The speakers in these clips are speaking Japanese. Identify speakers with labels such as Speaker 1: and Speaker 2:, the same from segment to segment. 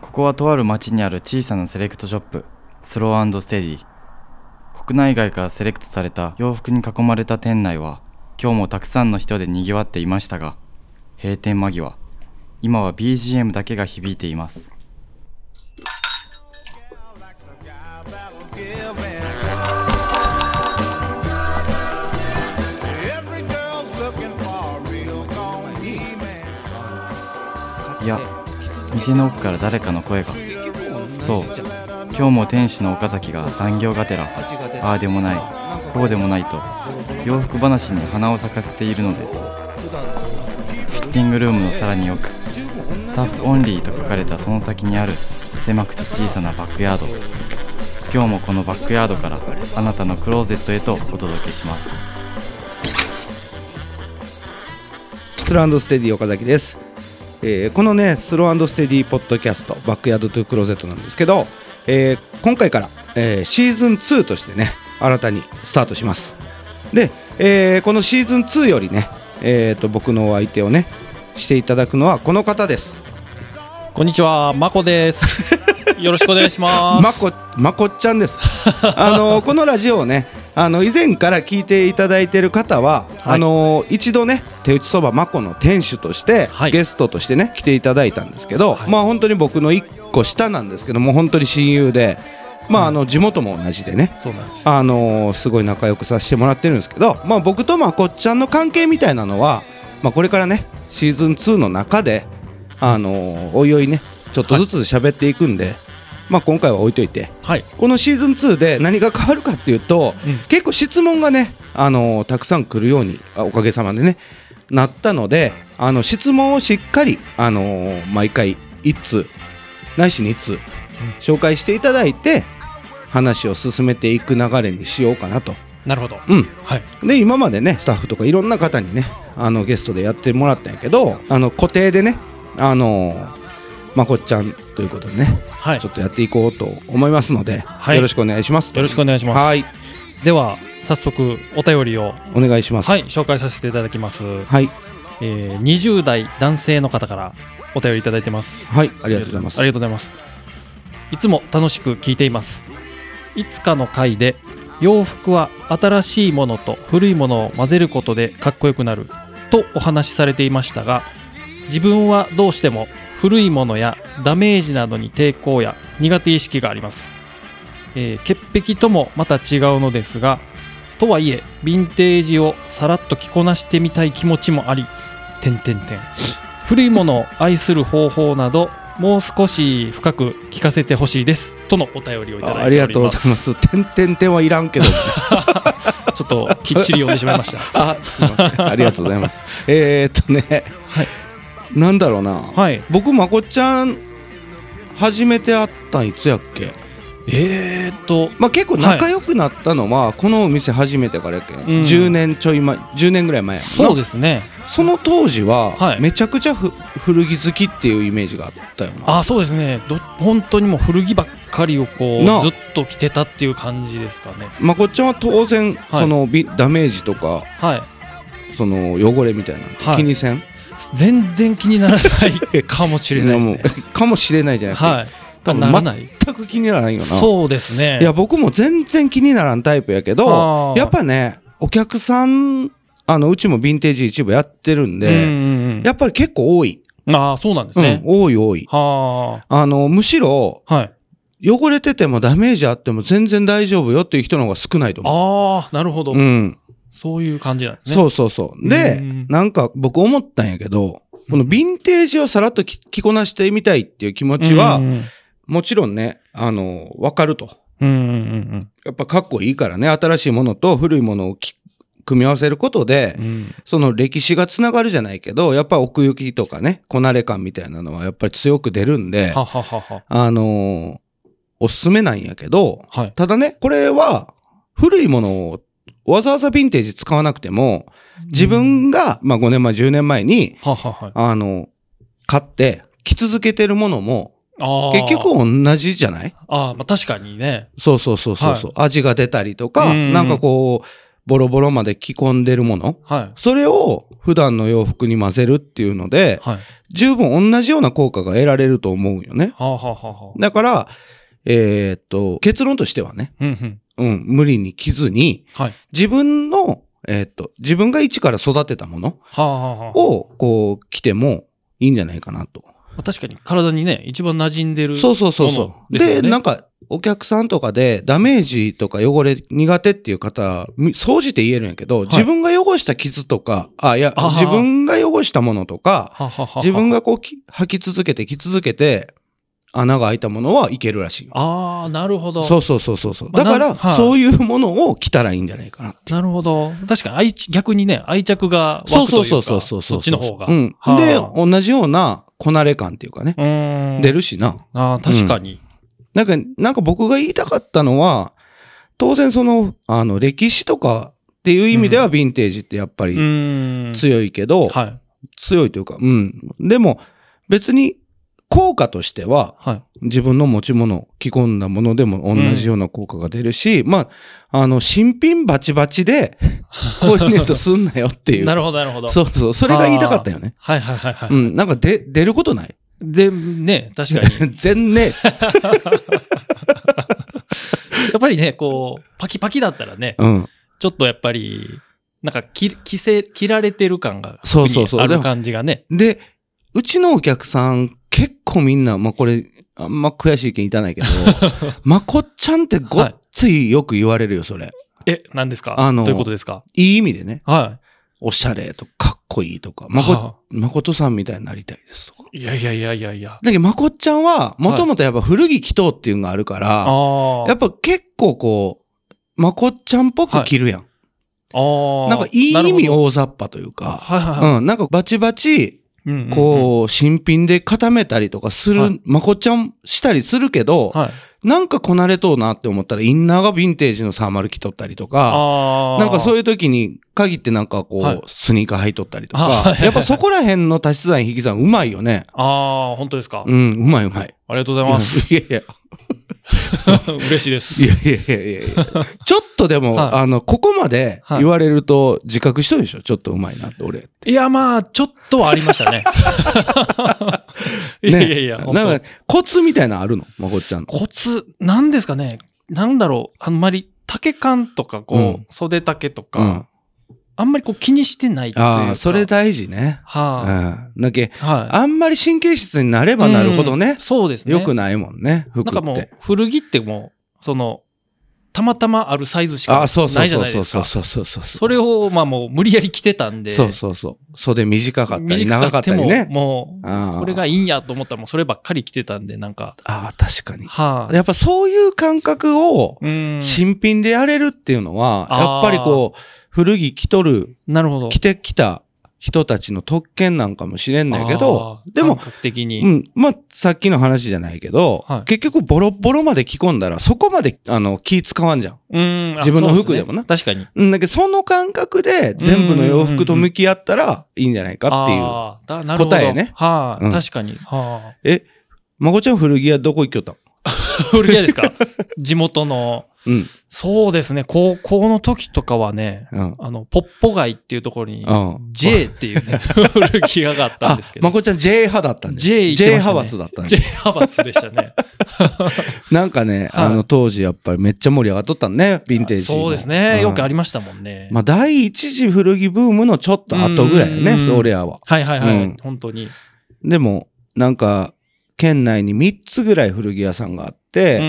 Speaker 1: こはとある町にある小さなセレクトショップスローステディ国内外からセレクトされた洋服に囲まれた店内は今日もたくさんの人でにぎわっていましたが閉店間際今は BGM だけが響いていますいや店の奥から誰かの声がそう今日も天使の岡崎が残業がてらああでもないこうでもないと洋服話に花を咲かせているのですフィッティングルームのさらに奥スタッフオンリーと書かれたその先にある狭くて小さなバックヤード今日もこのバックヤードからあなたのクローゼットへとお届けします
Speaker 2: スローステディ岡崎です、えーこのねスローステディポッドキャストバックヤードトゥクローゼットなんですけど、えー今回から、えーシーズン2としてね新たにスタートしますで、えーこのシーズン2よりね、えーと僕のお相手をねしていただくのはこの方です
Speaker 3: こんにちは、ま こです。よろしくお願いします。
Speaker 2: まこまこっちゃんです あのこのラジオをねあの以前から聞いていただいている方は、
Speaker 3: はい
Speaker 2: あの一度ね手打ちそばまこの店主として、
Speaker 3: はい
Speaker 2: ゲストとしてね来ていただいたんですけど、
Speaker 3: はい
Speaker 2: まあ本当に僕の一個下なんですけどもう本当に親友で、まあ、あの地元も同じでね、
Speaker 3: そうなんです。
Speaker 2: あのすごい仲良くさせてもらってるんですけど、まあ、僕とまこっちゃんの関係みたいなのは、まあ、これからねシーズン2の中で、あのおいおいねちょっとずつ喋っていくんで、まあ、今回は置いといて
Speaker 3: はい。
Speaker 2: このシーズン2で何が変わるかっていうと、
Speaker 3: うん
Speaker 2: 結構質問がね、あのたくさん来るようにあおかげさまでねなったのであの質問をしっかり、あの毎回1通ないし2通紹介していただいて話を進めていく流れにしようかなと。
Speaker 3: なるほど。
Speaker 2: うん
Speaker 3: はい。
Speaker 2: で今までねスタッフとかいろんな方にねあのゲストでやってもらったんやけどあの固定でねあのまこっちゃんということでね
Speaker 3: はい。
Speaker 2: ちょ
Speaker 3: よ
Speaker 2: っとやっていこうと思いますので、
Speaker 3: はい
Speaker 2: よろしくお願いします。
Speaker 3: ろしくお願いします。
Speaker 2: はい、
Speaker 3: では、早速お便りを。
Speaker 2: お願いします。
Speaker 3: はい、紹介させていただきます。
Speaker 2: はい、
Speaker 3: えー、20代男性の方からお便りいただいてます。
Speaker 2: はい、ありがとうございます。
Speaker 3: ありがとうございます。いつも楽しく聞いています。いつかの回で洋服は新しいものと古いものを混ぜることでかっこよくなるとお話しされていましたが自分はどうしても古いものやダメージなどに抵抗や苦手意識があります、えー潔癖ともまた違うのですがとはいえヴィンテージをさらっと着こなしてみたい気持ちもあり点点点古いものを愛する方法などもう少し深く聞かせてほしいですとのお便りをいた
Speaker 2: あ
Speaker 3: だ
Speaker 2: あ
Speaker 3: い
Speaker 2: り
Speaker 3: て
Speaker 2: が
Speaker 3: おり
Speaker 2: とうご
Speaker 3: ま
Speaker 2: ざ
Speaker 3: す
Speaker 2: います。てんてんてんはいらん けど。
Speaker 3: ちょっときっちり読んでしまい ました。
Speaker 2: あ、すみませ ん。ありがとうございます。えーっとね、
Speaker 3: はい
Speaker 2: なんだろうな。
Speaker 3: はい。
Speaker 2: 僕まこっちゃん初めて会ったんいつやっけ。
Speaker 3: えーっと、
Speaker 2: まあ結構仲良くなったのは、このお店初めてからやっけ、
Speaker 3: ん
Speaker 2: 10年ちょい前、10年ぐらい前やんな。
Speaker 3: そうですね。
Speaker 2: その当時は、
Speaker 3: はい
Speaker 2: めちゃくちゃふ古着好きっていうイメージがあったよな。
Speaker 3: あ、そうですね。ど本当にもう古着ばっかりをこう
Speaker 2: なあ
Speaker 3: ずっと着てたっていう感じですかね。
Speaker 2: まこっちゃんは当然、
Speaker 3: い
Speaker 2: そのびダメージとか
Speaker 3: はい。
Speaker 2: その汚れみたいなの
Speaker 3: はい
Speaker 2: 気にせん、
Speaker 3: 全然気にな らないかもしれないですね
Speaker 2: い。やもう かもしれないじゃなくて、
Speaker 3: はい。
Speaker 2: 多分
Speaker 3: ならない。
Speaker 2: 全く気にならないよな
Speaker 3: そうですね。
Speaker 2: いや僕も全然気にならんタイプやけど
Speaker 3: あー
Speaker 2: やっぱねお客さんあのうちもヴィンテージ一部やってるん
Speaker 3: うんう
Speaker 2: で、
Speaker 3: ん
Speaker 2: やっぱり結構多い、
Speaker 3: うん。ああ、そうなんですね。
Speaker 2: うん、多い多い
Speaker 3: は
Speaker 2: あのむしろ
Speaker 3: あ。はい。
Speaker 2: 汚れててもダメージあっても全然大丈夫よっていう人の方が少ないと思う
Speaker 3: ああ、なるほど、
Speaker 2: うん、
Speaker 3: そういう感じなんですね。
Speaker 2: そうそうそう。で
Speaker 3: うん、
Speaker 2: なんか僕思ったんやけど、このヴィンテージをさらっと着着こなしてみたいっていう気持ちは、
Speaker 3: うん
Speaker 2: もちろんね、あの、わかると。
Speaker 3: うんうん
Speaker 2: やっぱかっこいいからね、新しいものと古いものをき組み合わせることで
Speaker 3: うんうん。う、ん
Speaker 2: その歴史がつながるじゃないけど、やっぱ奥行きとかね、こなれ感みたいなのはやっぱり強く出るんで、
Speaker 3: はははは。
Speaker 2: あの、おすすめなんやけど、
Speaker 3: はい。
Speaker 2: ただね、これは、古いものをわざわざヴィンテージ使わなくても、自分が、まあ5年前、10年前に、
Speaker 3: はははい。
Speaker 2: あの、買って、着続けてるものも、
Speaker 3: ああ。
Speaker 2: 結局同じじゃない
Speaker 3: ああ、まあ確かにね。
Speaker 2: そうそうそうそうそう、味が出たりとか、
Speaker 3: うんうん
Speaker 2: なんかこう、ボロボロまで着込んでるもの、
Speaker 3: はい。
Speaker 2: それを普段の洋服に混ぜるっていうので、
Speaker 3: はい。
Speaker 2: 十分同じような効果が得られると思うよね。
Speaker 3: はあ、はあはあはあ、
Speaker 2: だから、えーっと、結論としてはね、
Speaker 3: うんうん。
Speaker 2: うん、無理に着ずに、
Speaker 3: はい。
Speaker 2: 自分の、えーっと、自分が一から育てたもの
Speaker 3: はあ、はあはあ、
Speaker 2: を、こう、着てもいいんじゃないかなと。
Speaker 3: まあ確かに体にね、一番馴染んでる。。
Speaker 2: そううそうそう
Speaker 3: も
Speaker 2: そう。
Speaker 3: の
Speaker 2: で
Speaker 3: ですよね
Speaker 2: なんか、お客さんとかでダメージとか汚れ苦手っていう方、み総じて言えるんやけど、
Speaker 3: い
Speaker 2: 自分が汚した傷とか、あ、いや、
Speaker 3: あはは
Speaker 2: 自分が汚したものとか、
Speaker 3: はあ、はあはあ、
Speaker 2: 自分。がこうき、履き続けて、着続けて、穴が開いたものはいけるらしいよ。
Speaker 3: ああ、なるほど。
Speaker 2: そうそうそうそうそう。
Speaker 3: まあ
Speaker 2: だか
Speaker 3: な
Speaker 2: ら、
Speaker 3: んはい
Speaker 2: そういうものを着たらいいんじゃないかな。
Speaker 3: なるほど。確かに愛知、逆にね、愛着が
Speaker 2: そ
Speaker 3: 湧
Speaker 2: う
Speaker 3: くとい
Speaker 2: そうう
Speaker 3: か。
Speaker 2: そうそうそう。
Speaker 3: そっちの方が。
Speaker 2: う。
Speaker 3: うん
Speaker 2: で、
Speaker 3: は
Speaker 2: 同じようなこなれ感っていうかね、
Speaker 3: ーん。
Speaker 2: 出るしな。
Speaker 3: ああ、確かに。
Speaker 2: なんか、なんか僕が言いたかったのは、当然その、あの、歴史とかっていう意味ではヴィンテージってやっぱ
Speaker 3: う
Speaker 2: り
Speaker 3: ーん。
Speaker 2: 強いけど、
Speaker 3: はい。
Speaker 2: 強いというか、うん。でも、別に効果としては、
Speaker 3: はい。
Speaker 2: 自分の持ち物、着込んだものでも同じような効果が出るし、まあ、あの、新品バチバチ でコーディネートすんなよっていう。
Speaker 3: なるほど、なるほど。
Speaker 2: そうそう、それが言いたかったよね。
Speaker 3: はいはいはいはい。
Speaker 2: うん、なんかで出ることない
Speaker 3: で、ね、確かに。や
Speaker 2: 全ね。
Speaker 3: っぱりね、こう、パキパキだったらね、
Speaker 2: うん。
Speaker 3: ちょっとやっぱり、なんか着、着せ、着られてる感が、
Speaker 2: そうそうそう
Speaker 3: ある感じがね。
Speaker 2: で、うちのお客さん、結構みんな、まあ、これ、あんま悔しい意見いたないけ ど、まこっちゃんってごっついよく言われるよ、それ。
Speaker 3: え、何ですか
Speaker 2: あの
Speaker 3: どういうことですか
Speaker 2: いい意味でね。
Speaker 3: は
Speaker 2: おしゃれとか、かっこいいとか、
Speaker 3: い。
Speaker 2: まこ、
Speaker 3: は
Speaker 2: まことさんみたいになりたいですとか。
Speaker 3: いやいやいやいやいや。
Speaker 2: だけど、まこっちゃんは、もともとやっぱ古着着とうっていうのがあるから、
Speaker 3: ああ。
Speaker 2: やっぱ結構こう、まこっちゃんっぽく着るやん。
Speaker 3: あー
Speaker 2: なんかいい意味。
Speaker 3: なるほど
Speaker 2: 大雑把というか、
Speaker 3: はいはいは
Speaker 2: うん、なんかバチバチ、
Speaker 3: い。うんうんうん
Speaker 2: こう、新品で固めたりとかする、
Speaker 3: はい
Speaker 2: まこっちゃんしたりするけど、
Speaker 3: はい。
Speaker 2: なんかこなれとうなって思ったら、インナーがヴィンテージのサーマル着とったりとか、
Speaker 3: ああ。
Speaker 2: なんかそう
Speaker 3: いう。
Speaker 2: いう時に限ってなんかこう、
Speaker 3: はい
Speaker 2: スニーカー履いとったりと
Speaker 3: あ
Speaker 2: か、
Speaker 3: ー
Speaker 2: やっぱそこら辺の足し算引き算うまいよね。
Speaker 3: ああ、本当ですか。
Speaker 2: うん、うまいうまい。
Speaker 3: ありがとうございます。
Speaker 2: いやいや、
Speaker 3: 嬉しいです。
Speaker 2: いやいやいやいやちょっとでも、
Speaker 3: はい
Speaker 2: あの、ここまで言われると自覚しとるでしょちょっとうまいなって、俺。ね、
Speaker 3: いや、まあ、ちょっとはありましたね。いやいやいや、本
Speaker 2: な
Speaker 3: 当
Speaker 2: んか、コツみたいなのあるのまこっちゃんの。
Speaker 3: コツ、なんですかね。なんだろう。あんまり、丈感とか、こう、
Speaker 2: うん
Speaker 3: 袖丈と
Speaker 2: う
Speaker 3: か、
Speaker 2: ん。あ
Speaker 3: あんまりこう気にしてないっていうか。
Speaker 2: あー、それ。大事ね。う
Speaker 3: は
Speaker 2: ん。だけ、
Speaker 3: い。は
Speaker 2: あんまり神経質になれ
Speaker 3: い。
Speaker 2: ばなるほど
Speaker 3: う
Speaker 2: ね
Speaker 3: ん。そうですね。
Speaker 2: 良くないもんね、服
Speaker 3: なんかも
Speaker 2: っ
Speaker 3: う
Speaker 2: て。、
Speaker 3: 古着ってもう、その、たまたまあるサイズしか
Speaker 2: あ
Speaker 3: ない
Speaker 2: あ、
Speaker 3: じ
Speaker 2: そう
Speaker 3: ゃ
Speaker 2: そ
Speaker 3: な
Speaker 2: う
Speaker 3: いです
Speaker 2: そ
Speaker 3: か。
Speaker 2: うそうそうそうそうそう。
Speaker 3: それを、まあもう無理やり着てたんで。
Speaker 2: そうそうそう。袖短かったり
Speaker 3: 短
Speaker 2: 長かっ
Speaker 3: く
Speaker 2: てた
Speaker 3: も
Speaker 2: りね。
Speaker 3: もう、
Speaker 2: ああ
Speaker 3: これがいいんやと思ったらもうそればっかり着てたんで、なんか。
Speaker 2: ああ、確かに。
Speaker 3: はあ。
Speaker 2: やっぱそういう感覚を
Speaker 3: うん。
Speaker 2: 新品でやれるっていうのは、
Speaker 3: うん
Speaker 2: やっぱりこう、古着着とる、
Speaker 3: なるほど。
Speaker 2: 着てきた人たちの特権なんかもしれんねんけど
Speaker 3: あ、ー
Speaker 2: でも、
Speaker 3: 感覚的に。
Speaker 2: うん、まあ、さっきの話じゃないけど、
Speaker 3: はい
Speaker 2: 結局ボロボロまで着込んだら、そこまで、あの、気使わんじゃん。
Speaker 3: うんあ
Speaker 2: 自分の
Speaker 3: そうすね
Speaker 2: 服でもな
Speaker 3: 確かに。
Speaker 2: うん、だけど、その感覚で全部の洋服と向き合ったらいいんじゃないかっていう。
Speaker 3: あーだなるほど
Speaker 2: 答えね
Speaker 3: はい、
Speaker 2: うん
Speaker 3: 確かに。はあ。
Speaker 2: え、まこちゃん古着屋どこ行きよったん
Speaker 3: 古着屋です か地元の。
Speaker 2: うん。
Speaker 3: そうですね。高校の時とかはね、
Speaker 2: うん。
Speaker 3: あの、ポッポ街っていうところに、
Speaker 2: うん。
Speaker 3: J っていう ね、古着屋があったん
Speaker 2: あ
Speaker 3: ですけ、ど
Speaker 2: ま。こちゃん J 派だったんで。
Speaker 3: J 行
Speaker 2: J
Speaker 3: ってました
Speaker 2: 派
Speaker 3: ね
Speaker 2: 閥だったんで
Speaker 3: J 派閥でしたね。
Speaker 2: なんかね、あ
Speaker 3: はい
Speaker 2: の当時やっぱりめっちゃ盛り上がっとったんね、ヴィンテージの。
Speaker 3: そうですね。よくあ
Speaker 2: り
Speaker 3: りましたもんね。
Speaker 2: まあ第一次古着ブームのちょっと後ぐらいよ
Speaker 3: う
Speaker 2: ね、
Speaker 3: ん
Speaker 2: そりゃは。
Speaker 3: はいはいはい。
Speaker 2: うん
Speaker 3: 本当に。
Speaker 2: でも、なんか、県内に3つぐらい古着屋さんがあって、
Speaker 3: う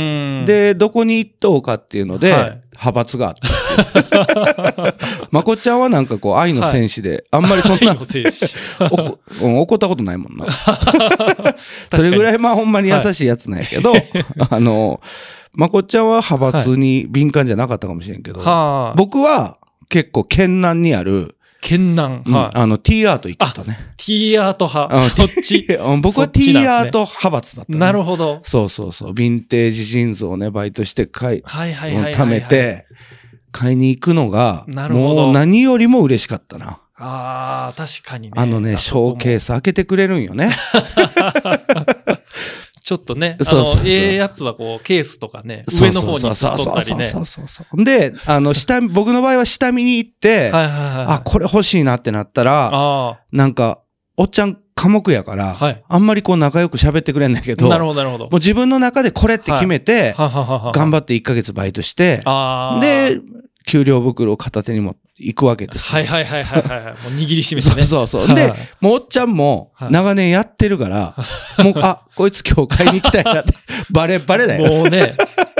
Speaker 3: ん、
Speaker 2: で、どこに行っとうかっていうので、
Speaker 3: はい
Speaker 2: 派閥があったっていう。ま こちゃんはなんかこう愛の戦士で、あんまりそんな
Speaker 3: 愛の 戦士
Speaker 2: おこうん怒ったことないもんな。
Speaker 3: かに
Speaker 2: それぐらいまあほんまに優しいやつなんやけど、 あの、まこっちゃんは派閥に敏感じゃなかったかもしれんけど、
Speaker 3: はあ。僕、
Speaker 2: 僕は結構県南にある、
Speaker 3: 県南。
Speaker 2: うん
Speaker 3: はい。
Speaker 2: あの T アート行ってたね。
Speaker 3: T アート派。
Speaker 2: あ
Speaker 3: そっ ち。
Speaker 2: うん僕は
Speaker 3: そっ
Speaker 2: T
Speaker 3: ちなん
Speaker 2: アー
Speaker 3: ですね
Speaker 2: ト派閥だった、ね。
Speaker 3: なるほど。
Speaker 2: そうそうそう。ヴィンテージジーンズをね、バイトして買い、
Speaker 3: はいはいはいはい、はい。
Speaker 2: 貯め。て、買いに行くのが、
Speaker 3: なるほど
Speaker 2: もう何よりも嬉しかったな。
Speaker 3: ああ、確かにね。
Speaker 2: あのね、ショーケー
Speaker 3: ス。
Speaker 2: ス開けてくれるんよね。
Speaker 3: ちょっとね、あ
Speaker 2: そうそうそう
Speaker 3: の、ええやつはこう、ケースとかね、
Speaker 2: そう
Speaker 3: 上の方に取ったりね。
Speaker 2: そうそうそうそうそうで、あの、下、僕の場合は下見に行って、
Speaker 3: はいはいはい。
Speaker 2: あ、これ欲しいなってなったら、
Speaker 3: あ
Speaker 2: なんか、おっちゃん寡黙やから、
Speaker 3: はい
Speaker 2: あんまりこう仲良く喋ってくれんだけど、
Speaker 3: あ。なる
Speaker 2: も
Speaker 3: ほど、なるほど
Speaker 2: う。自分の中でこれって決めて、
Speaker 3: はははは。
Speaker 2: 頑張って1ヶ月バイトして、
Speaker 3: ああ。
Speaker 2: で、、給料袋を片手にも行くわけですよ。
Speaker 3: はいはいはいはいはい。もう握りしめて
Speaker 2: そう
Speaker 3: ね。
Speaker 2: そうそう。で、もうおっちゃんも
Speaker 3: はい
Speaker 2: 長年やってるから、もう、あ、こいつ今日買いに行きたいなって、 バレバレだよ。
Speaker 3: もうね、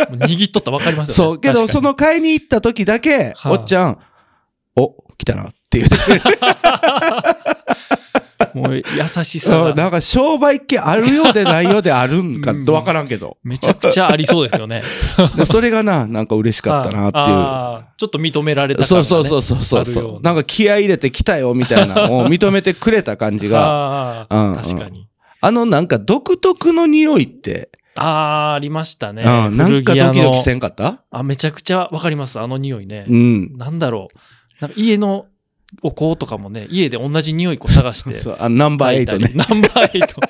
Speaker 3: もう握っとったら分かりますよね。
Speaker 2: そう、けど、
Speaker 3: 確か
Speaker 2: そ
Speaker 3: に
Speaker 2: の買いに行った時だけ、
Speaker 3: は
Speaker 2: お
Speaker 3: あ
Speaker 2: っちゃん、お、来たなって いう。
Speaker 3: もう優し
Speaker 2: そ
Speaker 3: さ
Speaker 2: うな
Speaker 3: が
Speaker 2: んか商売系あるようでないようであるんか、わからんけど。
Speaker 3: めちゃくちゃありそうですよね。
Speaker 2: でそれがな、なんか嬉しかったなって
Speaker 3: あーちょっと認められ
Speaker 2: いう。
Speaker 3: た
Speaker 2: そ
Speaker 3: 感
Speaker 2: うそうそううそうそう
Speaker 3: あるよ
Speaker 2: そうう。
Speaker 3: な
Speaker 2: なんか気合い入れて来たよみたいなのを認めてくれた感じが、
Speaker 3: が。
Speaker 2: うんうん
Speaker 3: 確かに。
Speaker 2: あのなんか独特の匂いって、
Speaker 3: ああ、ありましたね。
Speaker 2: うん、なんか
Speaker 3: 古着屋
Speaker 2: ド
Speaker 3: の
Speaker 2: キドキせんかった
Speaker 3: あ、めちゃくちゃ分かります。あの匂いね。
Speaker 2: うん。
Speaker 3: なんだろう。なんか家のお香とかもね、家で同じ匂いこう探して。
Speaker 2: そうあナンバーエイ トね。
Speaker 3: ナンバーエイト。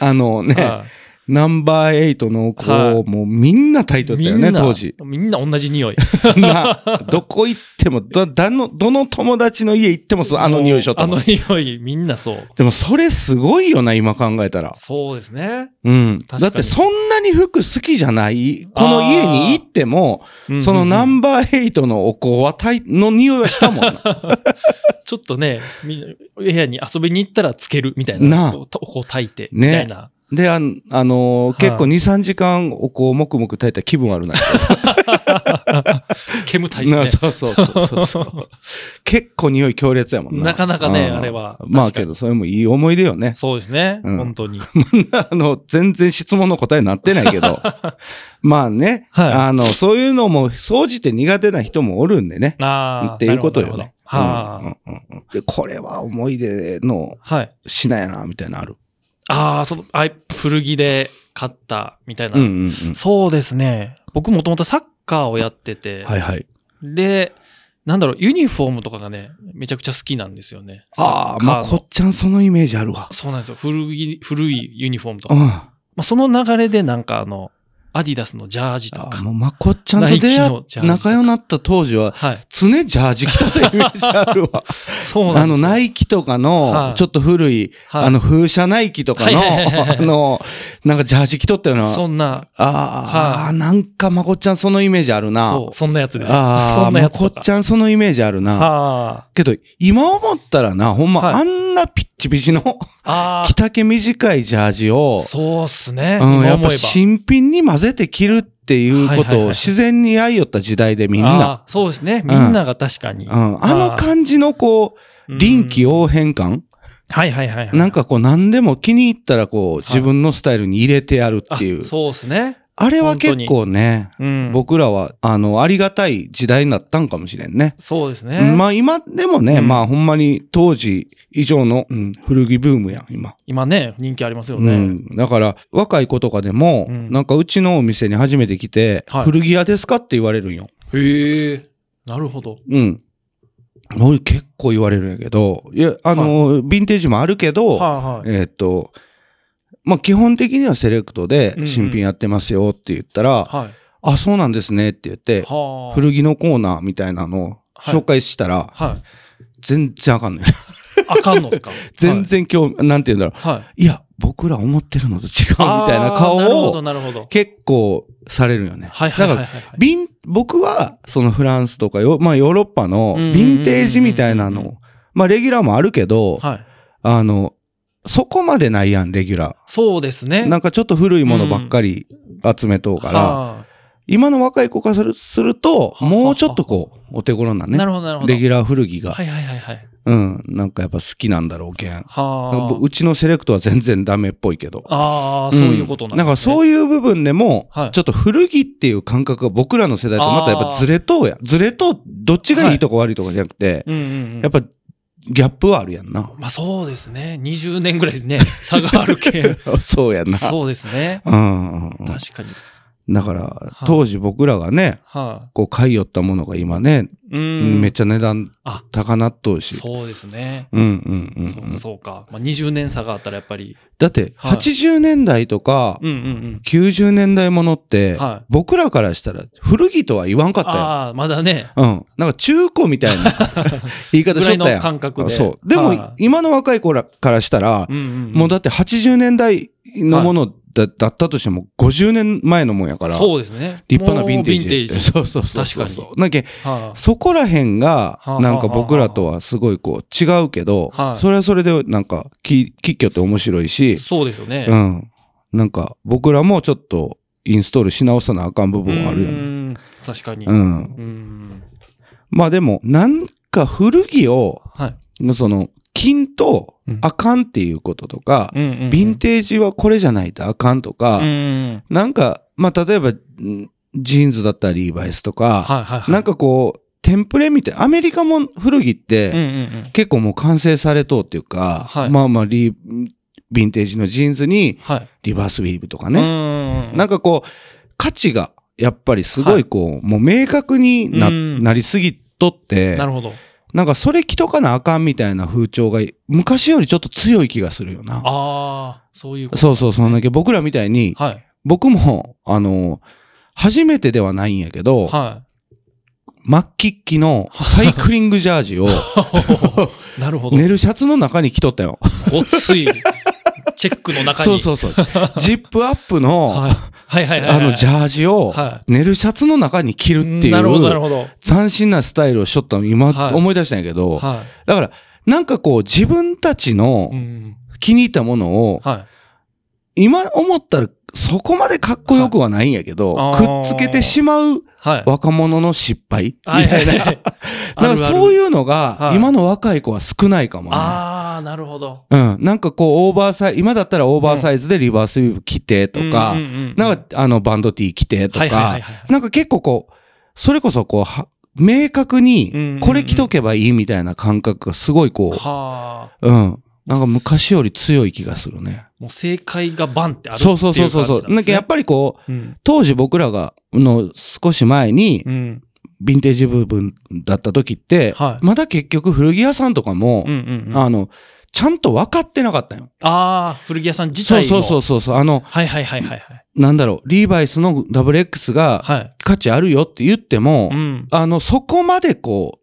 Speaker 2: あのね、
Speaker 3: あ
Speaker 2: ナンバーエイトの子
Speaker 3: はい
Speaker 2: をもうみんなタイト
Speaker 3: ー
Speaker 2: だ
Speaker 3: み
Speaker 2: よ
Speaker 3: ん
Speaker 2: ね、
Speaker 3: な、
Speaker 2: 当時。
Speaker 3: みんな同じ匂い。
Speaker 2: な、どこ行っても、ど、だの、どの友達の家行ってもそう、あの匂いしょっ
Speaker 3: あ
Speaker 2: た
Speaker 3: の匂い、みんなそう。
Speaker 2: でもそれすごいよな、今考えたら。
Speaker 3: そうですね。
Speaker 2: うん。
Speaker 3: かに
Speaker 2: だってそんなに服好きじゃない、この家に行っても、そのナ
Speaker 3: ん
Speaker 2: ンバーエイトのお香はたい、の匂いはしたもんな。
Speaker 3: ちょっとね、み部屋に遊びに行ったらつけるみたいな。
Speaker 2: なあ
Speaker 3: こうたこう炊いて、み
Speaker 2: ね
Speaker 3: たいな。
Speaker 2: で、あんあのー
Speaker 3: はい
Speaker 2: 結構2、3時間お香もくもく炊いたら気分 悪ない。
Speaker 3: 煙炊いて
Speaker 2: な
Speaker 3: ね。
Speaker 2: そうそうそうそう そう。結構匂い強烈やもんな。
Speaker 3: なかなかね
Speaker 2: うん
Speaker 3: あれは
Speaker 2: まあ
Speaker 3: 確か
Speaker 2: け
Speaker 3: に
Speaker 2: ど、それもいい思い出よね。
Speaker 3: そうですね。
Speaker 2: うん
Speaker 3: 本当に。
Speaker 2: あの、全然質問の答えになってないけ ど。まあね、
Speaker 3: はい
Speaker 2: あの、そういうのも、総じて苦手な人もおるんでね。
Speaker 3: ああ。
Speaker 2: っていうことよ
Speaker 3: なる
Speaker 2: ね。
Speaker 3: ほどなるほどはあ。
Speaker 2: うんうんうんうんでこれは思い出の
Speaker 3: はい。
Speaker 2: 品やな、みたいなのある。
Speaker 3: ああ、その、あい古着で買ったみたいな。
Speaker 2: うんうんうん。
Speaker 3: そうですね。僕もともとサッカーをやってて、
Speaker 2: はいはい。
Speaker 3: で、なんだろう、ユニフォームとかがね、めちゃくちゃ好きなんですよね。
Speaker 2: ああ、
Speaker 3: サッカー
Speaker 2: ま
Speaker 3: の
Speaker 2: あ、こっちゃんそのイメージあるわ。
Speaker 3: そうなんですよ。古い、古いユニフォームと
Speaker 2: う
Speaker 3: か。
Speaker 2: ん。
Speaker 3: ま
Speaker 2: あ
Speaker 3: あ、その流れでなんかあの、アディダスのジャージとか。
Speaker 2: もう、まこっちゃんと出
Speaker 3: ナイキ
Speaker 2: 会
Speaker 3: の
Speaker 2: っ
Speaker 3: ジャージとか
Speaker 2: 仲良くなった当時は、
Speaker 3: はい。
Speaker 2: 常ジャージ着たというイメージあるわ。
Speaker 3: そうな
Speaker 2: あ
Speaker 3: んで
Speaker 2: の、
Speaker 3: すよ。
Speaker 2: ナイキとか
Speaker 3: はい
Speaker 2: の、ちょっと古い、
Speaker 3: はい
Speaker 2: あの、風車ナイキとかの、
Speaker 3: はいはいはいはい
Speaker 2: あの、なんかジャージ着とったよな。
Speaker 3: そんな、
Speaker 2: あ
Speaker 3: は
Speaker 2: あ、なんか、まこっちゃんそのイメージあるな。
Speaker 3: そう、そんなやつです。
Speaker 2: あ
Speaker 3: そ
Speaker 2: あ、
Speaker 3: んな
Speaker 2: ま
Speaker 3: やつ
Speaker 2: ことっ
Speaker 3: か。
Speaker 2: ちゃんそのイメージあるな。
Speaker 3: あ
Speaker 2: けど、今思ったらな、ほんま、
Speaker 3: はい
Speaker 2: あんなピッチピチの、
Speaker 3: あ。あ
Speaker 2: 着丈短いジャージを
Speaker 3: あ。、そうっすね。
Speaker 2: うん、
Speaker 3: 今
Speaker 2: やっ
Speaker 3: 思え
Speaker 2: ぱ
Speaker 3: ば。
Speaker 2: 新品に混ぜて着るっていう
Speaker 3: はい
Speaker 2: こ
Speaker 3: はいはい
Speaker 2: とを自然に愛よった時代でみんな。
Speaker 3: あー。そうですね。みんなが確かに。
Speaker 2: うん、あの感じのこう、臨機
Speaker 3: を
Speaker 2: 応変感
Speaker 3: はいはいはいはい。
Speaker 2: なんかこう何でも気に入ったらこう
Speaker 3: い
Speaker 2: 自分のスタイルに入れてやるっていう
Speaker 3: あ。そうっすね。
Speaker 2: あれは結構ね、
Speaker 3: うん。
Speaker 2: 僕らはあの、ありがたい時代になったんかもしれんね。
Speaker 3: そうですね。
Speaker 2: まあ今でもね、
Speaker 3: うん
Speaker 2: まあほんまに当時以上の、うん古着ブームやん、今。
Speaker 3: 今ね、人気ありますよ
Speaker 2: う
Speaker 3: ね。
Speaker 2: ん、だから若い子とかでも、
Speaker 3: うん
Speaker 2: なんかうちのお店に初めて来て、
Speaker 3: はい
Speaker 2: 古着屋ですかって言われるんよ。
Speaker 3: へえ。なるほど。
Speaker 2: うん。俺結構言われるんやけど、いや、あの、ヴィンテージもあるけど、
Speaker 3: はいはい。
Speaker 2: えーっと、まあ、基本的にはセレクトで
Speaker 3: うんうん
Speaker 2: 新品やってますよって言ったら、
Speaker 3: はい。
Speaker 2: あ、そうなんですねって言って、
Speaker 3: はあ。
Speaker 2: 古着のコーナーみたいなのを
Speaker 3: はい
Speaker 2: 紹介したら、
Speaker 3: はい。
Speaker 2: 全然あかんねん。
Speaker 3: あかんのっすか
Speaker 2: 全。然今日、なんて言うんだろ。
Speaker 3: はい。はいう
Speaker 2: いや、僕ら思ってるのと違うみたいな顔
Speaker 3: あーなるほど、
Speaker 2: を
Speaker 3: なるほど。
Speaker 2: 結構されるよね。
Speaker 3: はいはいはい
Speaker 2: だ
Speaker 3: はい
Speaker 2: から、。ビン、僕はそのフランスとかよ、まあヨーロッパのヴィンテージみたいな
Speaker 3: うんうんうん
Speaker 2: の、まあレギュラーもあるけど、
Speaker 3: はい。
Speaker 2: あの、そこまでないやん、レギュラー。
Speaker 3: そうですね。
Speaker 2: なんかちょっと古いものばっかり集めとうから、
Speaker 3: は
Speaker 2: 今の若い子からするすると、
Speaker 3: はあ
Speaker 2: もうちょっとこう、お手頃な
Speaker 3: あ。な
Speaker 2: ね、
Speaker 3: るほど、なるほど。
Speaker 2: レギュラー古着が、
Speaker 3: はいはいはいはい。
Speaker 2: うん、なんかやっぱ好きなんだろうけん。
Speaker 3: は
Speaker 2: うちのセレクトは全然ダメっぽいけど。
Speaker 3: あ。ああ、そういうことなん
Speaker 2: だからそう
Speaker 3: い
Speaker 2: い
Speaker 3: う。
Speaker 2: う部分でも
Speaker 3: はい、
Speaker 2: ちょっと古着っていう感覚が僕らの世代とまたやっぱずれとうやん。ずれとう、どっちがいいとか悪いとかじゃなくて、
Speaker 3: うんうんうん
Speaker 2: やっ。ぱギャップはあるやん な。
Speaker 3: まあそうですね。20年ぐらいね、差があるけん。
Speaker 2: そうやんな。
Speaker 3: そうですね。
Speaker 2: うんうんうん。
Speaker 3: 確かに。
Speaker 2: だから
Speaker 3: い
Speaker 2: 当時僕らがね
Speaker 3: は
Speaker 2: こう買い寄ったものが今ね、
Speaker 3: い。うん。
Speaker 2: めっちゃ値段
Speaker 3: あ
Speaker 2: 高なっとうし
Speaker 3: そうですね。
Speaker 2: うんうんうんう
Speaker 3: そうか、
Speaker 2: ん
Speaker 3: そうか。まあ、20年差があったらやっぱり。
Speaker 2: だって
Speaker 3: はい
Speaker 2: 80年代とか
Speaker 3: うんうんうん。
Speaker 2: 90年代ものって
Speaker 3: はい
Speaker 2: 僕らからしたら古着とは言わんかったよ
Speaker 3: ああ、まだね。
Speaker 2: うん。なんか中古み たいな言い方
Speaker 3: ぐ
Speaker 2: しと
Speaker 3: らい
Speaker 2: っ
Speaker 3: の
Speaker 2: たやん。
Speaker 3: 感覚で。
Speaker 2: そう。でも、
Speaker 3: はい
Speaker 2: 今の若い子らからしたら、
Speaker 3: うんうん、
Speaker 2: もうだって80年代のものだ,、だったとしても50年前のもんやから、
Speaker 3: そうですね。
Speaker 2: 立派なヴィンテージ。
Speaker 3: もうヴィンテージ。
Speaker 2: そうそうそうそう。
Speaker 3: 確か
Speaker 2: に。なんけ
Speaker 3: は
Speaker 2: そこら辺が
Speaker 3: はあ、
Speaker 2: なんか僕らとはすごいこう違うけど、
Speaker 3: はい
Speaker 2: それはそれでなんかき喫居って面白い
Speaker 3: い
Speaker 2: し、
Speaker 3: そうですよね。
Speaker 2: うん。なんか僕らもちょっとインストールし直さなあかん部分はあるよ
Speaker 3: う
Speaker 2: ね。
Speaker 3: ん確かに。
Speaker 2: う。
Speaker 3: うんん。
Speaker 2: まあでも、なんか古着を、
Speaker 3: はい。
Speaker 2: のその、金と
Speaker 3: うん
Speaker 2: あかんっていうこととか、
Speaker 3: うんうんうん
Speaker 2: ヴィンテージはこれじゃないとあかんとか、
Speaker 3: うん。
Speaker 2: なんか、まあ、例えば、んジーンズだったらリーバイスとか、
Speaker 3: はいはいはい。
Speaker 2: なんかこう、テンプレみたい、アメリカも古着っ
Speaker 3: うんう
Speaker 2: て、
Speaker 3: んうん。
Speaker 2: 結構もう完成されとうっていうか、
Speaker 3: はい
Speaker 2: まあまあリー、ヴィンテージのジーンズに
Speaker 3: はい。
Speaker 2: リバースウィーブとかね、
Speaker 3: ね
Speaker 2: なん
Speaker 3: か、
Speaker 2: かこう、価値が、やっぱりすごいこう、もう明確にな,、
Speaker 3: うん
Speaker 2: なりすぎとって、
Speaker 3: なるほど。
Speaker 2: なんかそれ着とかなあかんみたいな風潮が昔よりちょっと強い気がするよな。
Speaker 3: ああ、そういうこと。
Speaker 2: そうそう、そんだけ僕らみたいに、
Speaker 3: はい。
Speaker 2: 僕も、あの、初めてではないんやけど、
Speaker 3: は
Speaker 2: 末期期のサイクリングジャージを
Speaker 3: い。なるほど。
Speaker 2: 寝るシャツの中に着とったよ。
Speaker 3: ご つい、チェックの中
Speaker 2: そう
Speaker 3: に。
Speaker 2: そうそう。ジップアップの、
Speaker 3: はい。はいはいはいはい。
Speaker 2: あのジャージを
Speaker 3: は
Speaker 2: 寝るシャツの中に着るってい
Speaker 3: なるほど、なる
Speaker 2: う、
Speaker 3: ほど。
Speaker 2: 斬新なスタイルをしとったの今
Speaker 3: はい
Speaker 2: 思い出したんやけど、
Speaker 3: は
Speaker 2: だから、なんかこう自分たちの
Speaker 3: い。うん。
Speaker 2: 気に入ったものを、
Speaker 3: はい。
Speaker 2: 今思ったらそこまでかっこよくはないんやけど、
Speaker 3: はい
Speaker 2: く
Speaker 3: あー
Speaker 2: っつけてしまう
Speaker 3: はい。
Speaker 2: 若者の失敗みた
Speaker 3: はい
Speaker 2: な。
Speaker 3: いはいはい。
Speaker 2: なんかそう
Speaker 3: う。
Speaker 2: いうの
Speaker 3: は
Speaker 2: が
Speaker 3: い
Speaker 2: 今の若い子は少ないかもね。
Speaker 3: ああ、なるほど。
Speaker 2: うん。なんかこうオーバーサイズ、今だったらオーバーサイズでリバースウィーブ着てとか、
Speaker 3: うんうんうんうん
Speaker 2: なんかあのバンド T 着てと
Speaker 3: はいはいはい
Speaker 2: か、
Speaker 3: はい。
Speaker 2: なんか結構こう、それこそこうは、明確
Speaker 3: うんうんう
Speaker 2: に
Speaker 3: ん
Speaker 2: これ着とけばいいみたいな感覚がすごいこ
Speaker 3: はあ。
Speaker 2: う、うん。なんか昔より強い気がするね。
Speaker 3: もう正解がバンってあるってい
Speaker 2: そううそうそうそうそう。なんかやっ
Speaker 3: ぱ、
Speaker 2: ぱりこう、
Speaker 3: うん。
Speaker 2: 当時僕らが、の少し前に
Speaker 3: う、ん。
Speaker 2: ヴィンテージ部分だった時って、
Speaker 3: はい。
Speaker 2: まだ結局古着屋さんとかも
Speaker 3: う、んうんうん。あ
Speaker 2: あの、ちゃんと分かってなかったよ。
Speaker 3: あー、古着屋さん自体
Speaker 2: そ
Speaker 3: も。。
Speaker 2: うそうそううそうそう。あの、
Speaker 3: はいはいはいはいはい。
Speaker 2: なんだろう、リーバイスの WX が
Speaker 3: はい。
Speaker 2: 価値あるよって言っても
Speaker 3: う、ん。
Speaker 2: あの、そこまでこう、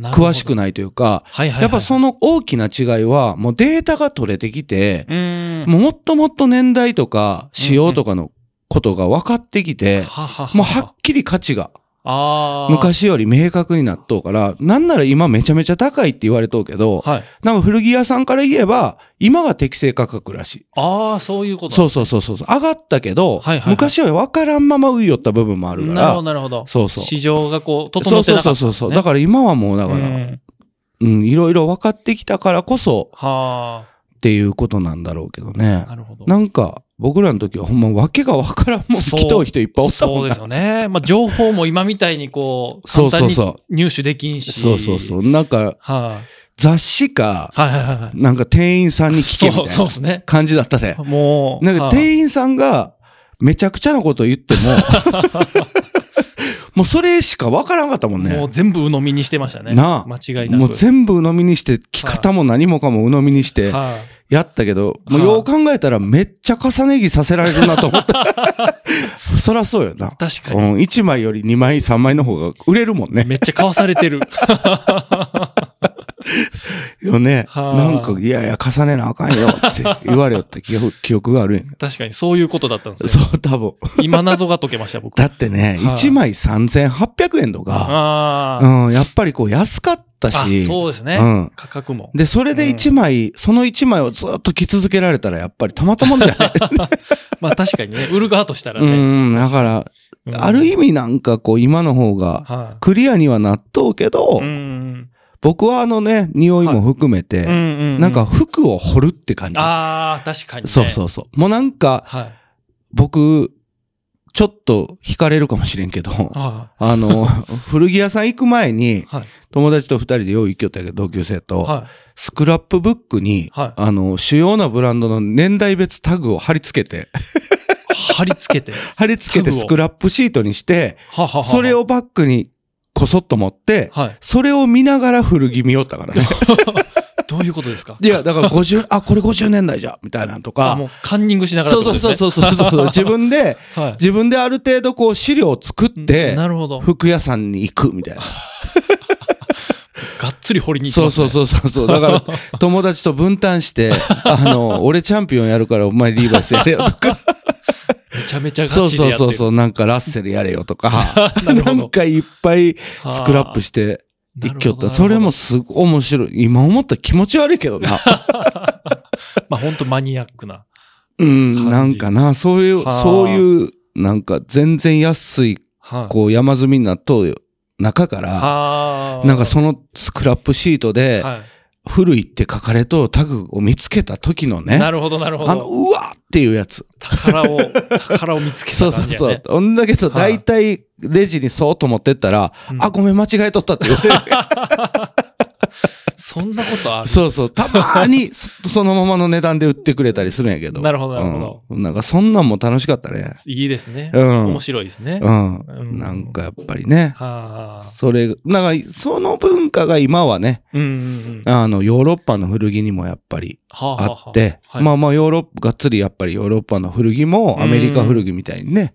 Speaker 3: なるほど
Speaker 2: 詳しくないというか、
Speaker 3: はいはいはい。
Speaker 2: やっぱその大きな違いは、もうデータが取れてきて、
Speaker 3: うーん。
Speaker 2: もっともっと年代とか、仕様とかのことが分かってきて、
Speaker 3: ははは。
Speaker 2: もうはっきり価値が
Speaker 3: ああ。。
Speaker 2: 昔より明確になっとうから、なんなら今めちゃめちゃ高いって言われとうけど、
Speaker 3: はい。
Speaker 2: なんか古着屋さんから言えば、今が適正価格らしい。
Speaker 3: ああ、そういうこと。
Speaker 2: そうそうそうそう。上がったけど、
Speaker 3: はいはいはい
Speaker 2: 昔より分からんまま浮いよった部分もあるか
Speaker 3: なるほど
Speaker 2: ら、
Speaker 3: なるほど。
Speaker 2: そうそう。
Speaker 3: 市場がこう、
Speaker 2: そ
Speaker 3: 整
Speaker 2: う
Speaker 3: っ
Speaker 2: そ
Speaker 3: て
Speaker 2: う
Speaker 3: な
Speaker 2: そ
Speaker 3: か
Speaker 2: う
Speaker 3: った。
Speaker 2: そうそう。
Speaker 3: ね
Speaker 2: だから今はもうだか
Speaker 3: う
Speaker 2: ら、
Speaker 3: ん
Speaker 2: うん、いろいろ分かってきたからこそ
Speaker 3: は
Speaker 2: っていうことなんだろうけどね
Speaker 3: あ。。なるほど。
Speaker 2: なんか、僕らの時はほんま訳が分からんもん
Speaker 3: そう
Speaker 2: 来とう人いっぱいおった
Speaker 3: そ
Speaker 2: も
Speaker 3: うんで
Speaker 2: な。
Speaker 3: すよね。まあ、情報も今みたいにこ う、
Speaker 2: そ
Speaker 3: 簡
Speaker 2: う
Speaker 3: 単
Speaker 2: そうそ
Speaker 3: に
Speaker 2: う
Speaker 3: 入手できんし。。
Speaker 2: そうそうそうう。なんか、
Speaker 3: はい
Speaker 2: 雑誌か、
Speaker 3: はいはいはいはい。
Speaker 2: なんか店員さんに聞けみた
Speaker 3: そ
Speaker 2: いうな。
Speaker 3: そうですね。
Speaker 2: 感じだったで。
Speaker 3: もう。
Speaker 2: なんか
Speaker 3: はい
Speaker 2: 店員さんがめちゃくちゃなこと言 っても、もうそれしかわからんかったもん
Speaker 3: も
Speaker 2: ね
Speaker 3: う。全部鵜呑みにしてましたね。
Speaker 2: なあ
Speaker 3: 間違いなく。
Speaker 2: もう全部鵜呑みにして、着方も何もかも鵜呑みにして
Speaker 3: はい、
Speaker 2: やったけど、もう
Speaker 3: はい
Speaker 2: よう考えたらめっちゃ重ね着させられるなと思 った。そらそうよな。
Speaker 3: 確かに。
Speaker 2: うん、1枚より2枚、3枚の方が売れるもんね。
Speaker 3: めっちゃ買わされてる。
Speaker 2: よね。
Speaker 3: はい
Speaker 2: なんか、いやいや、重ねなあかんよって言われよった記憶記憶があるんや
Speaker 3: 確かに、そういうことだったんですよ。
Speaker 2: そう、多分。
Speaker 3: 今謎が解けました、僕。
Speaker 2: だってね、
Speaker 3: はい
Speaker 2: 1枚3800円とか、
Speaker 3: ああ。
Speaker 2: うん、やっぱりこう安かった
Speaker 3: あ
Speaker 2: し、
Speaker 3: そうですね。
Speaker 2: うん
Speaker 3: 価格も。
Speaker 2: で、それで一枚、その一枚をずっと着続けられたら、やっぱりたまったもん じゃない。
Speaker 3: まあ確かにね、売る側としたら
Speaker 2: う
Speaker 3: ね。
Speaker 2: ん、だから、
Speaker 3: うん
Speaker 2: ある意味なんかこう、今の方が、
Speaker 3: は
Speaker 2: クリアにはなっとうけど、
Speaker 3: い。うん。
Speaker 2: 僕はあのね、匂いも含め
Speaker 3: うんう
Speaker 2: て、
Speaker 3: んうん。
Speaker 2: なんか、服を掘るって感じ。
Speaker 3: ああ、確かにね。
Speaker 2: そうそうそう。もうなんか、
Speaker 3: はい。
Speaker 2: 僕、ちょっと惹かれるかもしれんけど、
Speaker 3: は
Speaker 2: あの、 古着屋さん行く前に
Speaker 3: い。、はい。
Speaker 2: 友達と二人でよう行きよったけど、同級生と、
Speaker 3: は
Speaker 2: スクラップブックに、
Speaker 3: はい
Speaker 2: あの、主要なブランドの年代別タグを貼り付けて、
Speaker 3: い。貼り付けて。
Speaker 2: 貼り付けて
Speaker 3: タグを
Speaker 2: スクラップシートにして、
Speaker 3: はははは
Speaker 2: それ。をバッグにこそっと持って、
Speaker 3: はい。
Speaker 2: それを見ながら古着見よった からね。
Speaker 3: どういうことですか
Speaker 2: いや、だから50、あ、これ50年代じゃみたいなのと
Speaker 3: あ、
Speaker 2: か
Speaker 3: も。うカンニングしながらっ
Speaker 2: そ
Speaker 3: て
Speaker 2: う
Speaker 3: こと
Speaker 2: そう
Speaker 3: ですね。
Speaker 2: そうそうそう そう。自分で、
Speaker 3: う。はい。
Speaker 2: 自分である程度こう資料を作って、
Speaker 3: なるほど。
Speaker 2: 服屋さんに行くみたいな。
Speaker 3: がっつり掘りに行き
Speaker 2: そ
Speaker 3: ま
Speaker 2: う
Speaker 3: す、
Speaker 2: そ
Speaker 3: ね。
Speaker 2: うそうそうそう。だから、 友達と分担して、あの、俺チャンピオンやるからお前リーバイスやれよとか。
Speaker 3: めちゃめちゃ
Speaker 2: そ
Speaker 3: ガ
Speaker 2: う
Speaker 3: チで
Speaker 2: そ
Speaker 3: や
Speaker 2: う
Speaker 3: ってる。
Speaker 2: そうそう。なんかラッセルやれよとか。
Speaker 3: なるほ
Speaker 2: な
Speaker 3: ど
Speaker 2: んかいっぱい
Speaker 3: はあ
Speaker 2: スクラップして一挙った。
Speaker 3: なるほ
Speaker 2: そ
Speaker 3: ど
Speaker 2: れもすごい面白い。今思ったら気持ち悪いけどな。
Speaker 3: まあ本当マニアックな。
Speaker 2: うん、なんかな、そういう、
Speaker 3: はあ
Speaker 2: そういう、なんか全然安い、
Speaker 3: はい。
Speaker 2: こう山積みになっとう中から、
Speaker 3: はあ。
Speaker 2: なんかそのスクラップシートで、
Speaker 3: は
Speaker 2: 古いって書かれとうタグを見つけた時の
Speaker 3: い。
Speaker 2: ね、
Speaker 3: な
Speaker 2: あ
Speaker 3: るほど、なるほ
Speaker 2: の、
Speaker 3: ど。
Speaker 2: うわっていうやつ。
Speaker 3: 宝を、宝を見つけ
Speaker 2: そ
Speaker 3: た
Speaker 2: うそ
Speaker 3: 感
Speaker 2: う
Speaker 3: じやね。
Speaker 2: そう。ほんだけど、
Speaker 3: はあ
Speaker 2: 大体レジにそうと思ってったら、
Speaker 3: うん
Speaker 2: あ、ごめん、間違えとったって言われる。
Speaker 3: そんなことある
Speaker 2: そうそう。たまーに、そそのままの値段で売ってくれたりするんやけど。
Speaker 3: なるほどなるほど
Speaker 2: うんなんか、そんなんも楽しかったね。
Speaker 3: いいですね。
Speaker 2: うん
Speaker 3: 面白いですね。
Speaker 2: う
Speaker 3: うん
Speaker 2: ん。なんかやっぱりね。
Speaker 3: はあ。
Speaker 2: それ、なんか、その文化が今はね、
Speaker 3: うんうんうん。
Speaker 2: あの、ヨーロッパの古着にもやっぱり
Speaker 3: はあは
Speaker 2: あ
Speaker 3: あ
Speaker 2: って、
Speaker 3: はい
Speaker 2: まあまあ、ヨーロッパ、がっつりやっぱりヨーロッパの古着もアメリカ古着みたいにね、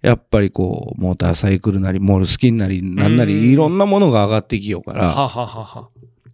Speaker 2: やっぱりこう、モーターサイクルなり、モールスキンなり、なんな
Speaker 3: うん
Speaker 2: り、いろんなものが上がってきようか
Speaker 3: は
Speaker 2: ら、
Speaker 3: あはあはあはあ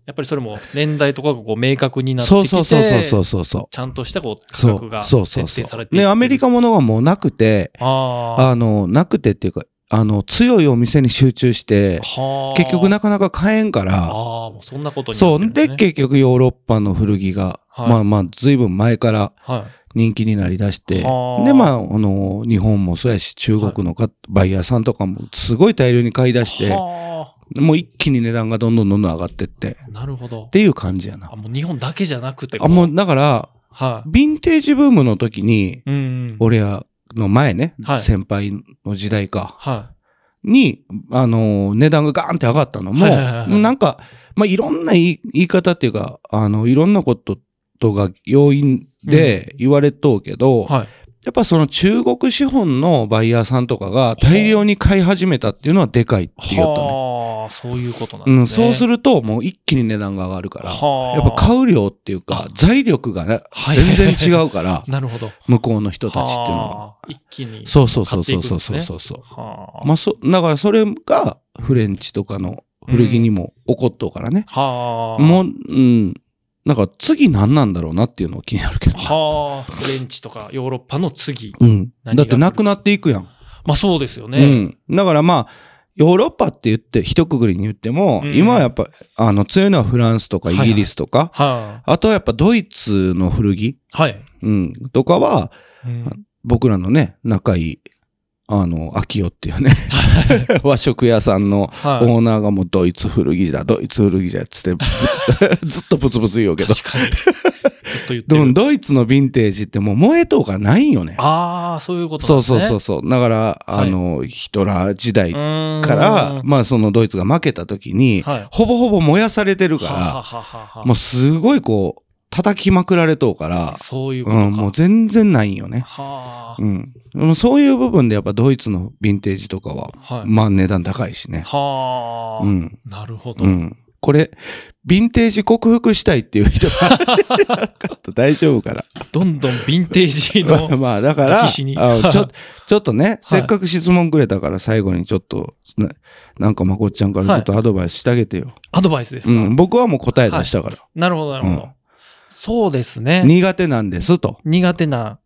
Speaker 3: やっぱりそれも年代とかがこう明確になってき
Speaker 2: そ
Speaker 3: て
Speaker 2: うそうそうそうそうそうそう。
Speaker 3: ちゃんとしたこう価
Speaker 2: そ
Speaker 3: 格
Speaker 2: う
Speaker 3: が
Speaker 2: そうそ
Speaker 3: 設
Speaker 2: う
Speaker 3: 定
Speaker 2: そ
Speaker 3: され
Speaker 2: う。
Speaker 3: てい
Speaker 2: ね、
Speaker 3: く
Speaker 2: アメリカものがもうなくて、
Speaker 3: あ
Speaker 2: あの、なくてっていうか、あの、強いお店に集中して
Speaker 3: あ、はあ
Speaker 2: 結局なかなか買えんから、
Speaker 3: ああもうそんなことにな
Speaker 2: そ
Speaker 3: って
Speaker 2: う。
Speaker 3: るんです
Speaker 2: で、
Speaker 3: ね
Speaker 2: 結局ヨーロッパの古着が、
Speaker 3: はい
Speaker 2: まあまあ、ずいぶん前から
Speaker 3: は
Speaker 2: 人気になりだして、
Speaker 3: はあ
Speaker 2: で、まあ、あの、日本もそうやし、中国のか、バイヤーさんとかも、すごい大量に買い出
Speaker 3: い
Speaker 2: して、
Speaker 3: は
Speaker 2: もう一気に値段がどんどんどんどん上がってって、っ
Speaker 3: あなるほど
Speaker 2: ていう感じやな
Speaker 3: あ。もう日本だけじゃなくて
Speaker 2: あ、も
Speaker 3: う
Speaker 2: う、だから、
Speaker 3: は
Speaker 2: ヴィンテージブームの時に、
Speaker 3: いうん
Speaker 2: 俺らの前ね、
Speaker 3: はい
Speaker 2: 先輩の時代か、
Speaker 3: は
Speaker 2: に、あのー値段がガーンって上がったのも、
Speaker 3: はいはいはいはい
Speaker 2: もうなんか、まあ、いろんな言い言い方っていうか、あの、いろんなこととが要因で言われとうけど、
Speaker 3: いはい
Speaker 2: やっぱその中国資本のバイヤーさんとかが大量に買い始めたっていうのはでかいって言ったね。
Speaker 3: はあそういうことなん
Speaker 2: う
Speaker 3: ですね
Speaker 2: ん、そうす
Speaker 3: る
Speaker 2: るともう一気に値段が上がるから、
Speaker 3: は
Speaker 2: やっぱ買う量っていうか、財力がね、
Speaker 3: はい
Speaker 2: 全然違うから、
Speaker 3: なるほど
Speaker 2: 向こうの人たちっていうのは。
Speaker 3: はあ一気に
Speaker 2: そうそうそうそうそうそうそうそう。
Speaker 3: はあ
Speaker 2: まあ、そだからそれがフレンチとかの古着にも起こっとうからね、
Speaker 3: はあ
Speaker 2: もううんなんか次何なんだろうなっていうの気になるけどな
Speaker 3: はあ、フレンチとかヨーロッパの次。
Speaker 2: うん、
Speaker 3: 何
Speaker 2: だ
Speaker 3: が
Speaker 2: ってなくなっていくやん、
Speaker 3: まあそうですよね。
Speaker 2: うん、だからまあヨーロッパって言って一括りに言っても、
Speaker 3: うん
Speaker 2: 今はやっぱあの強いのはフランスとか
Speaker 3: はい
Speaker 2: イ
Speaker 3: はい
Speaker 2: ギリスとか、
Speaker 3: は
Speaker 2: あとはやっぱドイツの古着、
Speaker 3: あ、はい。
Speaker 2: うん、とかは
Speaker 3: うん
Speaker 2: 僕らのね仲いいあの秋代っていうね 和食屋さんの
Speaker 3: はい。
Speaker 2: オーナーがもうドイツ古着だ、ドイツ古着だっつって ぶつ、ずっとブツブツ言うけど。
Speaker 3: 確かに。ずっと言って
Speaker 2: で
Speaker 3: る。
Speaker 2: もドイツのヴィンテージってもう燃えとうからないんよね。
Speaker 3: ああ、そういうことなん
Speaker 2: そう
Speaker 3: で
Speaker 2: そ
Speaker 3: すね。
Speaker 2: うそうそう。だから、
Speaker 3: はい
Speaker 2: あの、ヒトラー時代
Speaker 3: う
Speaker 2: か
Speaker 3: ーん。
Speaker 2: ら、
Speaker 3: は
Speaker 2: まあそのドイツが負けた時
Speaker 3: い。
Speaker 2: に、
Speaker 3: は
Speaker 2: ほぼほぼ燃やされてる
Speaker 3: あはあ
Speaker 2: か
Speaker 3: はあはあ
Speaker 2: ら、もうすごいこう、叩きまくられとうから、
Speaker 3: そういうこ
Speaker 2: う
Speaker 3: とか。
Speaker 2: ん、もう全然ないんよね。
Speaker 3: は
Speaker 2: うん。でもそういう部分でやっぱドイツのヴィンテージとかは
Speaker 3: あ。、はい。
Speaker 2: まあ値段高いしね。
Speaker 3: はあ、
Speaker 2: うん。
Speaker 3: なるほど。
Speaker 2: うん。これ、ヴィンテージ克服したいっていう人が 大丈夫から。
Speaker 3: どんどんヴィンテージの。
Speaker 2: まあ、だから、あ
Speaker 3: 歴
Speaker 2: の
Speaker 3: 史に
Speaker 2: ちょちょっとね、せっかく質問くれたから最後にちょっと、ななんかまこっちゃんからちょっとアドバイスしてあげてよ。
Speaker 3: アドバイスですか、
Speaker 2: うん、僕はもう答え出したから。
Speaker 3: なるほど、なるほど。そうですね。
Speaker 2: 苦手なんですと。
Speaker 3: 苦手な、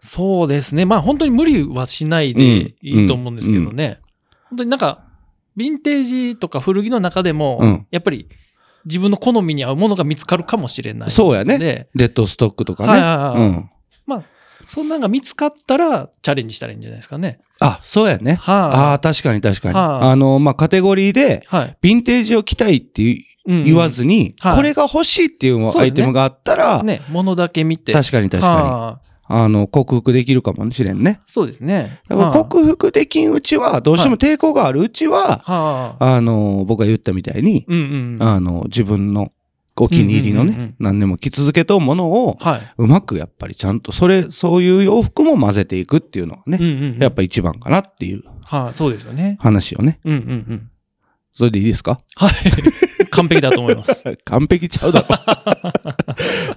Speaker 3: そうですね。まあ本当に無理はしないでいいと思うんですけどね。本当になんか、ヴィンテージとか古着の中でも、
Speaker 2: うん
Speaker 3: やっぱり自分の好みに合うものが見つかるかもしれない。
Speaker 2: そうやね
Speaker 3: で、
Speaker 2: デッドストックとかね。
Speaker 3: はいはいはい
Speaker 2: うん。
Speaker 3: そんなんが見つかったらチャレンジしたらいいんじゃないですかね。
Speaker 2: あ、そうやね。あ
Speaker 3: は
Speaker 2: あ、確かに確かに。
Speaker 3: はい
Speaker 2: あの、まあ、カテゴリーで、
Speaker 3: あ、はい。
Speaker 2: ヴィンテージを着たいっていう
Speaker 3: うんうん
Speaker 2: 言わずに、
Speaker 3: はい
Speaker 2: これが欲しいっていう
Speaker 3: そう
Speaker 2: ア
Speaker 3: です
Speaker 2: イ
Speaker 3: ね
Speaker 2: テムがあったら、
Speaker 3: ね、物だけ見て。
Speaker 2: 確かに確かに。
Speaker 3: はあ
Speaker 2: あの、克服できるかもしれんね。
Speaker 3: そうですね。
Speaker 2: だから
Speaker 3: は
Speaker 2: 克服できんうちは、どうしても抵抗があるうちは、
Speaker 3: あはあ
Speaker 2: あの、僕が言ったみたいに、
Speaker 3: うんうん。
Speaker 2: あの、自分のお気に入りの
Speaker 3: うんうんうんうん
Speaker 2: ね、何年も着続けとうものを、
Speaker 3: はいう
Speaker 2: まくやっぱりちゃんと、それ、そういう洋服も混ぜていくっていうのが
Speaker 3: うん
Speaker 2: ね、
Speaker 3: うんうん
Speaker 2: やっぱ一番かなっていう
Speaker 3: はい、そうですよね。
Speaker 2: 話をね。
Speaker 3: うんうんうん。
Speaker 2: それでいいですか
Speaker 3: はい。 完璧だと思います。
Speaker 2: 完璧ちゃうだろ。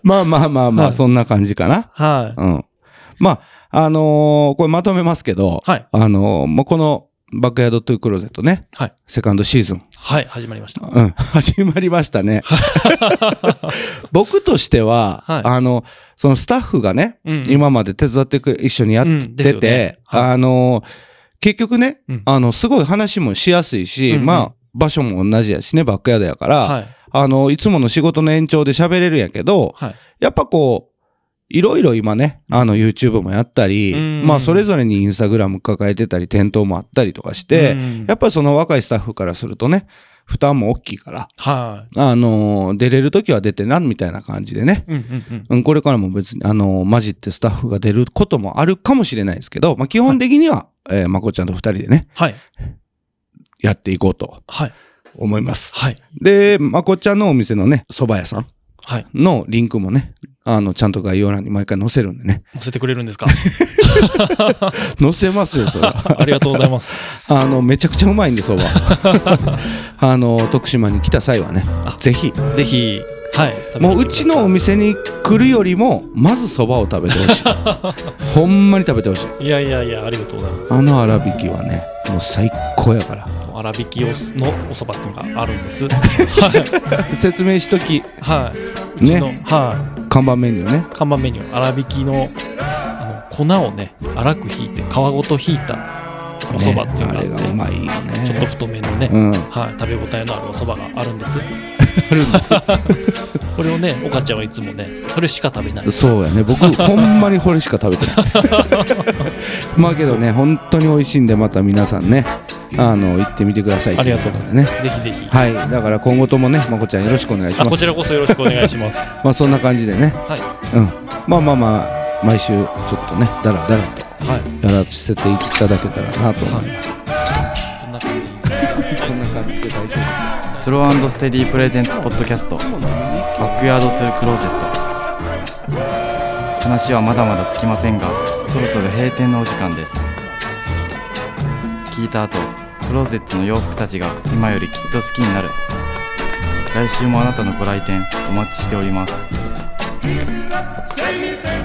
Speaker 2: まあまあまあま
Speaker 3: は
Speaker 2: あ、
Speaker 3: い
Speaker 2: そんな感じかな。
Speaker 3: は
Speaker 2: うん。まあ、あのーこれまとめますけど、
Speaker 3: い。はい。
Speaker 2: あのーもうこの、バックヤードトゥークローゼットね、
Speaker 3: はい。
Speaker 2: セカンドシーズン、
Speaker 3: はい。始まりました。
Speaker 2: うん、 始まりました ね。僕としては、
Speaker 3: はい
Speaker 2: あの、そのスタッフがね、
Speaker 3: うん。
Speaker 2: 今まで手伝ってく一緒にやっ
Speaker 3: うんです
Speaker 2: て
Speaker 3: よ
Speaker 2: て
Speaker 3: ね、はい
Speaker 2: あの、結局ね、
Speaker 3: うん
Speaker 2: あの、すごい話もしやすいし、
Speaker 3: うんうん
Speaker 2: まあ、場所も同じやしね、バックヤードやから、
Speaker 3: はい。
Speaker 2: あの、いつもの仕事の延長で喋れるんやけど、
Speaker 3: はい。
Speaker 2: やっぱこう、いろいろ今ね、あの YouTube もやったり、
Speaker 3: うん
Speaker 2: まあそれぞれにインスタグラム抱えてたり、店頭もあったりとかして、
Speaker 3: うん
Speaker 2: やっぱその若いスタッフからするとね、負担も大きいから、
Speaker 3: はい。
Speaker 2: あのー出れる時は出てな、みたいな感じでね。
Speaker 3: うんう
Speaker 2: う
Speaker 3: ん
Speaker 2: ん、これからも別に、あのー混じってスタッフが出ることもあるかもしれないですけど、まあ基本的には、えーまこちゃんと二人でね、
Speaker 3: はい。
Speaker 2: やっていこうと
Speaker 3: はい。
Speaker 2: 思います。
Speaker 3: はい。
Speaker 2: で、まこちゃんのお店のね、蕎麦屋さん
Speaker 3: はい。
Speaker 2: のリンクもね、あの、ちゃんと概要欄に毎回載せるんでね。
Speaker 3: 載せてくれるんですか
Speaker 2: 載せますよ、それは。
Speaker 3: ありがとうございます。
Speaker 2: あの、めちゃくちゃうまいんで、蕎麦。 あの、徳島に来た際はね
Speaker 3: あ、
Speaker 2: ぜひ、
Speaker 3: ぜひ、はい。食べてみてください
Speaker 2: もううちのお店に来るよりもまずそばを食べてほしい ほんまに食べてほしい
Speaker 3: いやいやいや、ありがとうございます。
Speaker 2: あの粗挽きはねもう最高やから
Speaker 3: その粗挽きお酢のお蕎麦っていうのがあるんです。 はい。
Speaker 2: 説明しとき
Speaker 3: はい。うちの、はい。
Speaker 2: 看板メニューね
Speaker 3: 看板メニュー、粗挽きの、あの、粉をね、粗くひいて、皮ごとひいたお蕎麦っていうのが
Speaker 2: ねあ
Speaker 3: あっ
Speaker 2: れ
Speaker 3: て、
Speaker 2: がうまいよ
Speaker 3: ちょっと
Speaker 2: ね
Speaker 3: 太めのね、
Speaker 2: うん
Speaker 3: はい、食べ応えのあるお蕎麦があるんです。 あるんです。 これをね、おかちゃんはいつもね、それしか食べない。
Speaker 2: そうやね僕 ほんまにこれしか食べてないまあけどね本当に美味しいんでまた皆さんねあの行ってみてください
Speaker 3: ありがとうございま
Speaker 2: ね
Speaker 3: す。ぜひぜひ。
Speaker 2: はいだから今後ともねまこちゃんよろしくお願いし
Speaker 3: あ
Speaker 2: ま
Speaker 3: こ
Speaker 2: す
Speaker 3: ちらこそよろしくお願いし ます。
Speaker 2: まあそんな感じでね
Speaker 3: はい。
Speaker 2: うんまあまあまあ毎週ちょっとねだらだらと
Speaker 3: はい。
Speaker 2: やらせていただけたらなと思います。
Speaker 3: こんな感じ。
Speaker 2: こんな感じで大丈夫です。
Speaker 1: スローステディプレゼンツポッドキャストバックヤードトゥークローゼット話はまだまだつきませんがそろそろ閉店のお時間です聞いた後クローゼットの洋服たちが今よりきっと好きになる来週もあなたのご来店お待ちしております
Speaker 4: Say it